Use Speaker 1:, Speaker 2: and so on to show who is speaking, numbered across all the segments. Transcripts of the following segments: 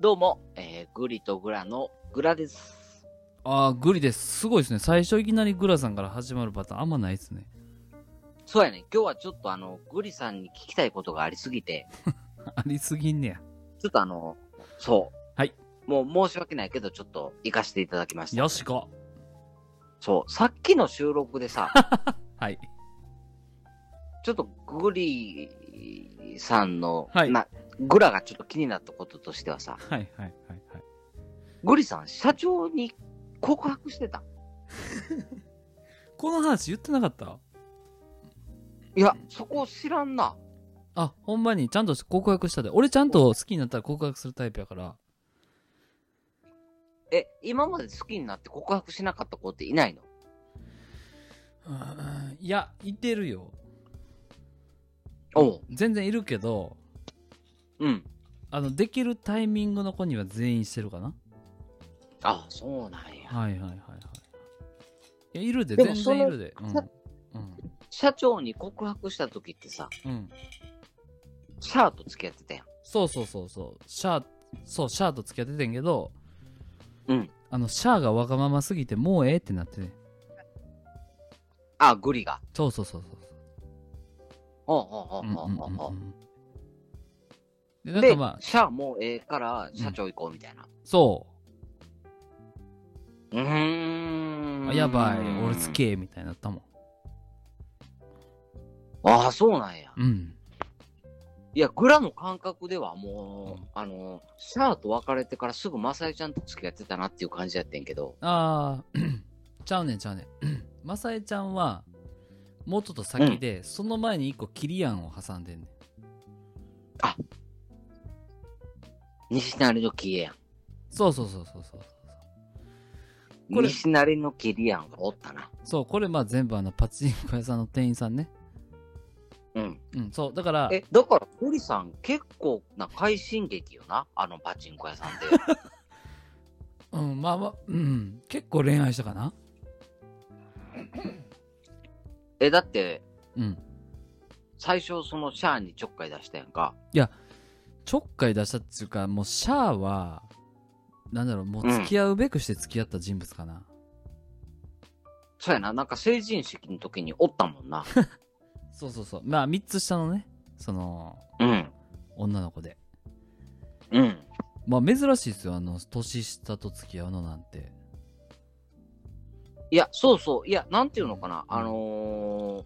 Speaker 1: どうも、えーグリとグラのグラです。
Speaker 2: ああ、グリです。すごいですね。最初いきなりグラさんから始まるパターンあんまないですね。
Speaker 1: そうやね、今日はちょっとあの、グリさんに聞きたいことがありすぎて、
Speaker 2: ありすぎんねや。
Speaker 1: ちょっとあの、そう。
Speaker 2: はい。
Speaker 1: もう申し訳ないけど、ちょっと行かせていただきました。
Speaker 2: よしこ。
Speaker 1: そう、さっきの収録で さ、
Speaker 2: はい。
Speaker 1: ちょっとグリさんの、
Speaker 2: はい
Speaker 1: な、グラがちょっと気になったこととしてはさ、
Speaker 2: はいはいはいはい。
Speaker 1: グリさん、社長に告白してた。
Speaker 2: この話言ってなかった
Speaker 1: いや、そこ知らんな。
Speaker 2: あ、ほんまにちゃんと告白したで。俺ちゃんと好きになったら告白するタイプやから。
Speaker 1: え、今まで好きになって告白しなかった子っていないの
Speaker 2: うーんいや、いてるよ。
Speaker 1: おう。
Speaker 2: 全然いるけど、
Speaker 1: うん。
Speaker 2: あの、できるタイミングの子には全員してるかな
Speaker 1: あ、そうなんや。
Speaker 2: はいはいはいはい。いや、いるで、
Speaker 1: でも
Speaker 2: 全然いるで。うん
Speaker 1: そ。
Speaker 2: うん。
Speaker 1: 社長に告白した時ってさ、
Speaker 2: うん。
Speaker 1: シャーと付き合ってたやん。
Speaker 2: そうそうそうそう。シャー、そう、シャーと付き合っててんけど、
Speaker 1: うん。
Speaker 2: あの、シャアがわがまますぎて、もうええってなってね。
Speaker 1: あ、グリが。
Speaker 2: そうそうそうそう。
Speaker 1: おうおうおう
Speaker 2: うんうん
Speaker 1: おうおうお
Speaker 2: う
Speaker 1: うん
Speaker 2: うん。で、なん
Speaker 1: で
Speaker 2: か、まあ、
Speaker 1: シャーもうええから、社長行こうみたいな。
Speaker 2: そう
Speaker 1: ー
Speaker 2: う。
Speaker 1: ん。
Speaker 2: あやばい、俺好。き、みたいになったもん。
Speaker 1: ああ、そうなんや。
Speaker 2: うん。
Speaker 1: いや、グラの感覚ではもう、
Speaker 2: うん
Speaker 1: あの、シャーと別れてからすぐマサイちゃんと付き合ってたなっていう感じやってんけど。
Speaker 2: あー、 ちゃうねんちゃうねん。 マサエちゃんは、もうちょっと先で、その前に一個キリアンを挟んでんねん。
Speaker 1: 西成のキリアン。
Speaker 2: そうそうそうそうそう。これ
Speaker 1: 西成のキリアンがおったな。
Speaker 2: そう、これまあ全部あの、パチンコ屋さんの店員さんね。
Speaker 1: うん。
Speaker 2: うん、そう。だから、
Speaker 1: え、だから、グリさん結構な快進撃よな。あのパチンコ屋さんで。
Speaker 2: うん、まあまあ、うん、結構恋愛したかな
Speaker 1: え、だって、
Speaker 2: うん。
Speaker 1: 最初そのシャアにちょっかい出したやんか。
Speaker 2: ちょっかい出したっていうか、もうシャアは、なんだろう、もう付き合うべくして付き合った人物かな。
Speaker 1: そうやな、なんか成人式の時におったもんな。
Speaker 2: そうそうそう。まあ、3つ下のね、その、
Speaker 1: うん。
Speaker 2: 女の子で。
Speaker 1: うん。
Speaker 2: まあ、珍しいですよ、あの、年下と付き合うのなんて。
Speaker 1: いや、そうそう。いや、なんていうのかな。あのー、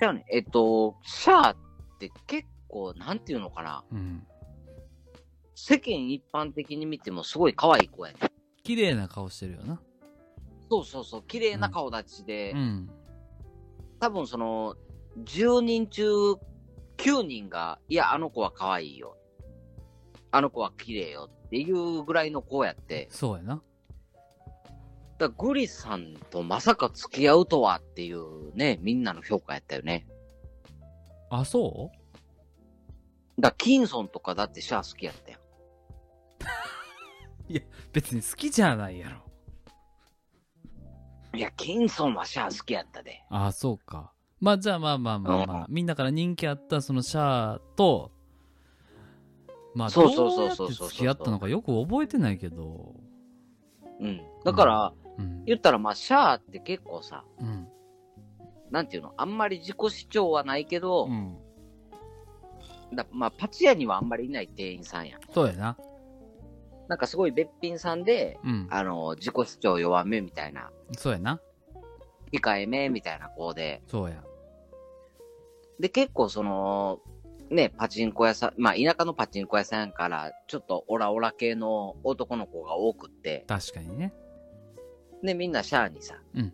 Speaker 1: じゃあね、えっと、シャアって結構、なんていうのかな。
Speaker 2: うん。
Speaker 1: 世間一般的に見てもすごい可愛い子やね。
Speaker 2: 綺麗な顔してるよな。
Speaker 1: そうそうそう。綺麗な顔立ちで、
Speaker 2: うん。
Speaker 1: 多分その、10人中9人が、いや、あの子は可愛いよ。あの子は綺麗よっていうぐらいの子やって、
Speaker 2: そうやな。
Speaker 1: だからグリさんとまさか付き合うとはっていうね、みんなの評価やったよね。
Speaker 2: あ、そ
Speaker 1: だからキンソンとかだってシャア好きやったよ。
Speaker 2: う別に好きじゃないやろ。
Speaker 1: いや、キンソンはシャア好きやったで。
Speaker 2: あ、そうか。まあ、じゃあまあまあまあまあ、みんなから人気あった、そのシャアと、まあ、
Speaker 1: そ
Speaker 2: ど
Speaker 1: うそう
Speaker 2: う
Speaker 1: そう
Speaker 2: やっ
Speaker 1: そ
Speaker 2: て
Speaker 1: うそう
Speaker 2: 付き合ったのかよく覚えてないけど。
Speaker 1: うん。だから、
Speaker 2: うん。
Speaker 1: 言ったらまあ、シャアって結構さ、
Speaker 2: うん。
Speaker 1: なんていうの、あんまり自己主張はないけど、
Speaker 2: うん。
Speaker 1: だまあ、パチ屋にはあんまりいない店員さんやん。
Speaker 2: そうやな。
Speaker 1: なんかすごいべっぴんさんで、
Speaker 2: うん。
Speaker 1: あの、自己主張弱めみたいな、
Speaker 2: そうやな。
Speaker 1: 控えめみたいな子で、
Speaker 2: そうや。
Speaker 1: で、結構その、ね、パチンコ屋さん、まあ田舎のパチンコ屋さんやから、ちょっとオラオラ系の男の子が多くって、
Speaker 2: 確かにね。
Speaker 1: で、みんなシャアにさ、
Speaker 2: うん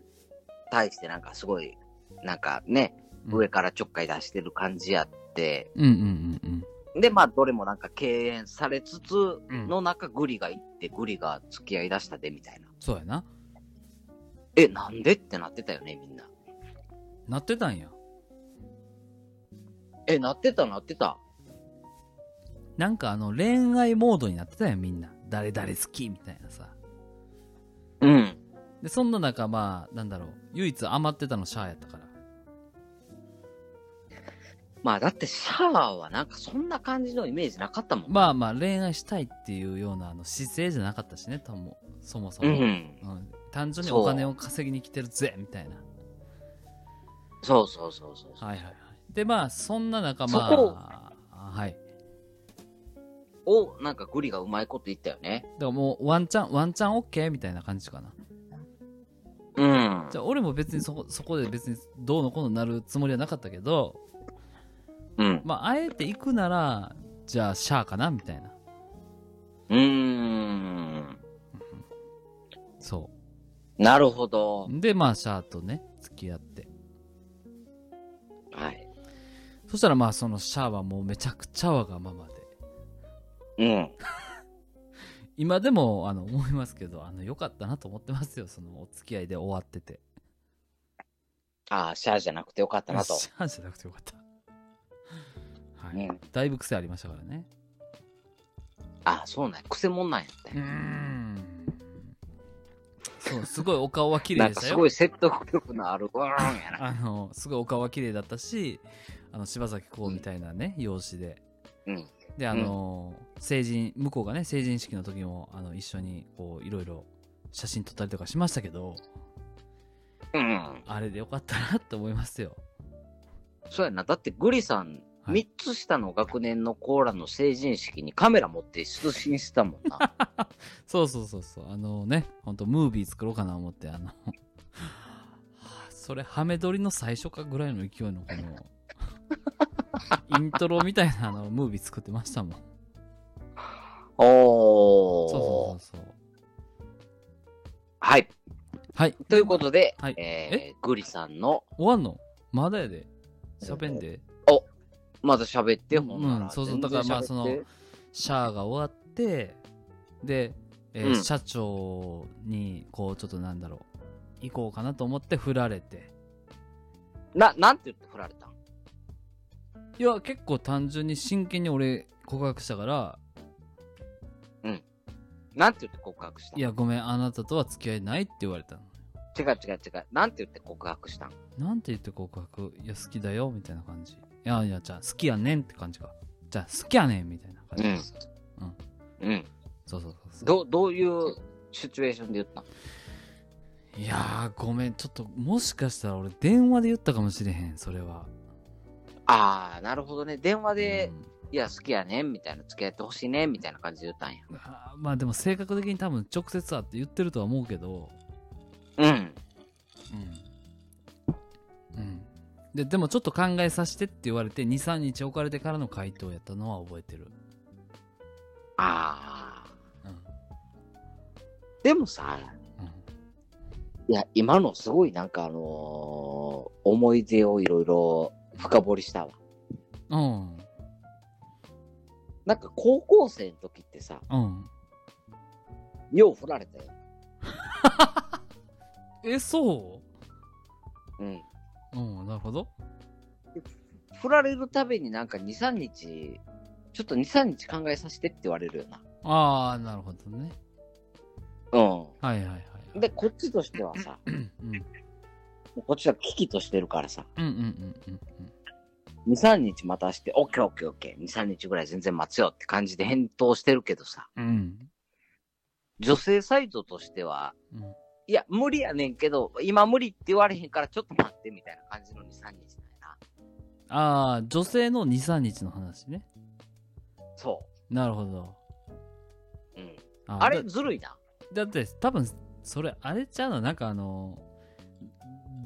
Speaker 1: 対してなんかすごい、なんかね、
Speaker 2: うん
Speaker 1: 上からちょっかい出してる感じやって、
Speaker 2: うんうんうん
Speaker 1: で、まあどれもなんか敬遠されつつ、
Speaker 2: うん。うん、
Speaker 1: の中グリが行って、グリが付き合い出したで、みたいな。
Speaker 2: そうやな。
Speaker 1: え、なんでってなってたよね、みんな。
Speaker 2: なってたんや。
Speaker 1: え、なってた、なってた。
Speaker 2: なんかあの恋愛モードになってたやんみんな。誰々好きみたいなさ。
Speaker 1: うん。
Speaker 2: で、そんな中まあ、なんだろう。唯一余ってたのシャアやったから。
Speaker 1: まあだってシャワーはなんかそんな感じのイメージなかったもん。
Speaker 2: まあまあ恋愛したいっていうようなあの姿勢じゃなかったしね多分そもそも、
Speaker 1: うん。
Speaker 2: うん単純に
Speaker 1: そう
Speaker 2: お金を稼ぎに来てるぜみたいな
Speaker 1: そうそうそうそう。
Speaker 2: はいはいはいでまあそんな中
Speaker 1: そこ
Speaker 2: まあはい
Speaker 1: を、なんかグリがうまいこと言ったよね
Speaker 2: だ。からもうワンチャンワンチャンオッケーみたいな感じかな
Speaker 1: うん
Speaker 2: じ。ゃあ俺も別にそこそこで別にどうのこうのなるつもりはなかったけど
Speaker 1: うん。
Speaker 2: まああえて行くならじゃあシャアかなみたいな
Speaker 1: うーん。
Speaker 2: そ
Speaker 1: なるほど。
Speaker 2: うでまあシャアとね付き合って
Speaker 1: はい。
Speaker 2: そしたらまあそのシャアはもうめちゃくちゃわがままで
Speaker 1: うん。
Speaker 2: 今でもあの思いますけどあの良かったなと思ってますよそのお付き合いで終わってて
Speaker 1: ああ、シャアじゃなくてよかったなと。
Speaker 2: シャアじゃなくてよかったはい、
Speaker 1: ね
Speaker 2: だいぶ癖ありましたからね
Speaker 1: ああ、そうなんや。くせもんなんやって。
Speaker 2: んそうすごいお顔は綺麗
Speaker 1: なん
Speaker 2: でし
Speaker 1: か
Speaker 2: た
Speaker 1: す
Speaker 2: よ
Speaker 1: ごい説得力のある、うーんやな。
Speaker 2: あのすごいお顔は綺麗だったしあの柴咲コウみたいなね容姿で
Speaker 1: うん。
Speaker 2: であの、成人向こうがね成人式の時もあの一緒にこういろいろ写真撮ったりとかしましたけど
Speaker 1: うん。
Speaker 2: あれでよかったなって思いますよ
Speaker 1: そうやな。だってグリさん、
Speaker 2: は
Speaker 1: 3
Speaker 2: い
Speaker 1: つ下の学年のコーラの成人式にカメラ持って出陣してたもんな。
Speaker 2: そうそうそうそうあのねほんとムービー作ろうかな思ってあのそれハメ撮りの最初かぐらいの勢いのこ のイントロみたいなあのムービー作ってましたもん
Speaker 1: おー。
Speaker 2: そうそうそうそう
Speaker 1: はい。
Speaker 2: はい
Speaker 1: ということで、
Speaker 2: はい
Speaker 1: えーグリさんの、
Speaker 2: 終わんのまだやで喋んで
Speaker 1: まだ喋って、
Speaker 2: うん
Speaker 1: ほんなら。
Speaker 2: そうそう
Speaker 1: 全然
Speaker 2: だからまあ
Speaker 1: 喋って
Speaker 2: そのシャアが終わってで、えー
Speaker 1: うん
Speaker 2: 社長にこうちょっとなんだろう行こうかなと思って振られて
Speaker 1: な、なんて言って振られたん
Speaker 2: いや結構単純に真剣に俺告白したから
Speaker 1: なんて言って告白したん
Speaker 2: いやごめんあなたとは付き合いないって言われたの
Speaker 1: 違う違う違う。なんて言って告白したん
Speaker 2: なんて言って告白いや好きだよみたいな感じいやいやじゃあ好きやねんって感じかじゃあ好きやねんみたいな感じ、
Speaker 1: うんうん。
Speaker 2: そうそうそうそう
Speaker 1: どう、どういうシチュエーションで言ったん
Speaker 2: いやーごめんちょっともしかしたら俺電話で言ったかもしれへんそれは
Speaker 1: ああ、なるほどね。電話で、
Speaker 2: うん
Speaker 1: いや、好きやねん、みたいな、付き合ってほしいねん、みたいな感じで言ったんや。
Speaker 2: あーまあでも性格的に多分直接会って言ってるとは思うけど
Speaker 1: うん。
Speaker 2: うん、うん、ででもちょっと考えさせてって言われて23日置かれてからの回答やったのは覚えてる、
Speaker 1: ああ。
Speaker 2: うん
Speaker 1: でもさ、
Speaker 2: うん
Speaker 1: いや、今のすごいなんかあのー思い出をいろいろ深掘りしたわ。
Speaker 2: うん
Speaker 1: なんか高校生の時ってさ、
Speaker 2: うん
Speaker 1: よう振られたよ。
Speaker 2: えそ
Speaker 1: うん。
Speaker 2: ううんなるほど
Speaker 1: 振られるたびになんか2、3日、ちょっと2、3日考えさせてって言われるよな。
Speaker 2: ああなるほどね
Speaker 1: う
Speaker 2: はいはいはいはい
Speaker 1: ん。で、こっちとしては さ、
Speaker 2: うんうん
Speaker 1: もうこっちは危機としてるからさ、
Speaker 2: うんうんうん
Speaker 1: 2、3日待たして、オッケーオッケーオッケー、2、3日ぐらい全然待つよって感じで返答してるけどさ、
Speaker 2: うんうん
Speaker 1: 女性サイドとしては、
Speaker 2: うんうん
Speaker 1: いや、無理やねんけど、今無理って言われへんからちょっと待ってみたいな感じの2、3日なんやな。
Speaker 2: ああ女性の23日の話ね
Speaker 1: そ
Speaker 2: なるほど
Speaker 1: う。うん。
Speaker 2: あ
Speaker 1: あれ、
Speaker 2: だ
Speaker 1: ずるいな。
Speaker 2: だって多分それあれちゃうのなんかあの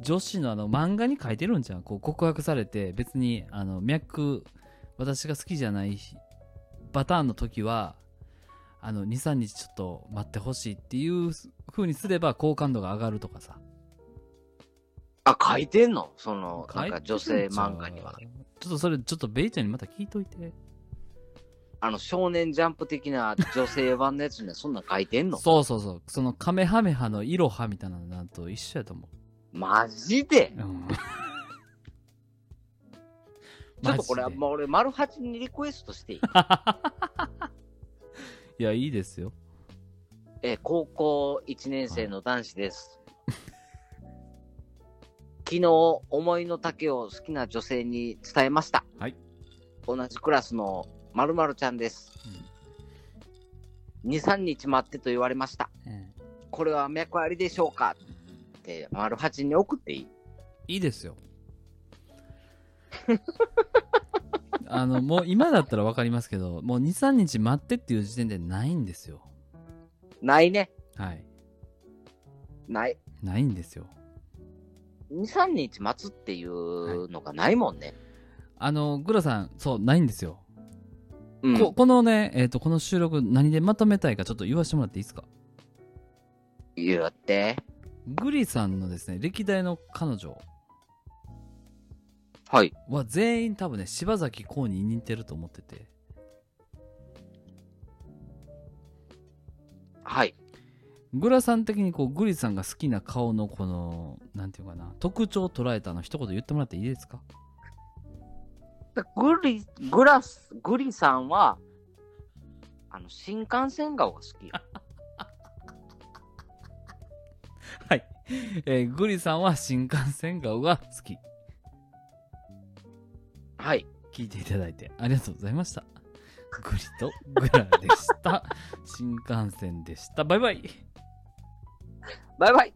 Speaker 2: 女子のあの漫画に書いてるんじゃんこう告白されて別にあの脈私が好きじゃないパターンの時はあの23日ちょっと待ってほしいっていう風にすれば好感度が上がるとかさ
Speaker 1: あ、書いてんのその、
Speaker 2: 書い
Speaker 1: なんか
Speaker 2: てるんちゃ
Speaker 1: 女
Speaker 2: う
Speaker 1: 性漫画には。
Speaker 2: ちょっとそれちょっとベイちゃんにまた聞いといて
Speaker 1: あの、少年ジャンプ的な女性版のやつにはそんなん書いてんの
Speaker 2: そうそうそうそのカメハメハのイロハみたいなのなんと一緒やと思
Speaker 1: マジで
Speaker 2: う、うん、
Speaker 1: ちょっとこれ、
Speaker 2: マジで
Speaker 1: もう俺、丸八にリクエストしていい
Speaker 2: いやいいですよ
Speaker 1: えー、高校1年生の男子です。昨日、思いの丈を好きな女性に伝えました。
Speaker 2: はい。
Speaker 1: 同じクラスのまるまるちゃんです。2、3日待ってと言われました。
Speaker 2: うんうん
Speaker 1: これは脈ありでしょうかって、丸八に送っていい
Speaker 2: いいですよ。 あの、もう今だったらわかりますけど、もう2、3日待ってっていう時点でないんですよ。
Speaker 1: ないね。
Speaker 2: はい。
Speaker 1: ない。
Speaker 2: ないんですよ。
Speaker 1: 2、3日待つっていうのがないもんね。
Speaker 2: あの、グラさん、そう、ないんですよ。
Speaker 1: うん
Speaker 2: ここのね、えっ、と、この収録何でまとめたいかちょっと言わせてもらっていいですか
Speaker 1: 言って。
Speaker 2: グリさんのですね、歴代の彼女
Speaker 1: はい。
Speaker 2: は全員多分ね、柴崎コウに似てると思ってて。
Speaker 1: はい。
Speaker 2: グラさん的にこう、グリさんが好きな顔のこの、なんていうかな、特徴を捉えたの一言言ってもらっていいですか
Speaker 1: グリ、グラス、グリさんは、あの、新幹線顔が好きよ。
Speaker 2: はい。 えーグリさんは新幹線顔が好き。
Speaker 1: はい。
Speaker 2: 聞いていただいてありがとうございました。グリとグラで した。新幹線でした。バイバイ。
Speaker 1: バイバイ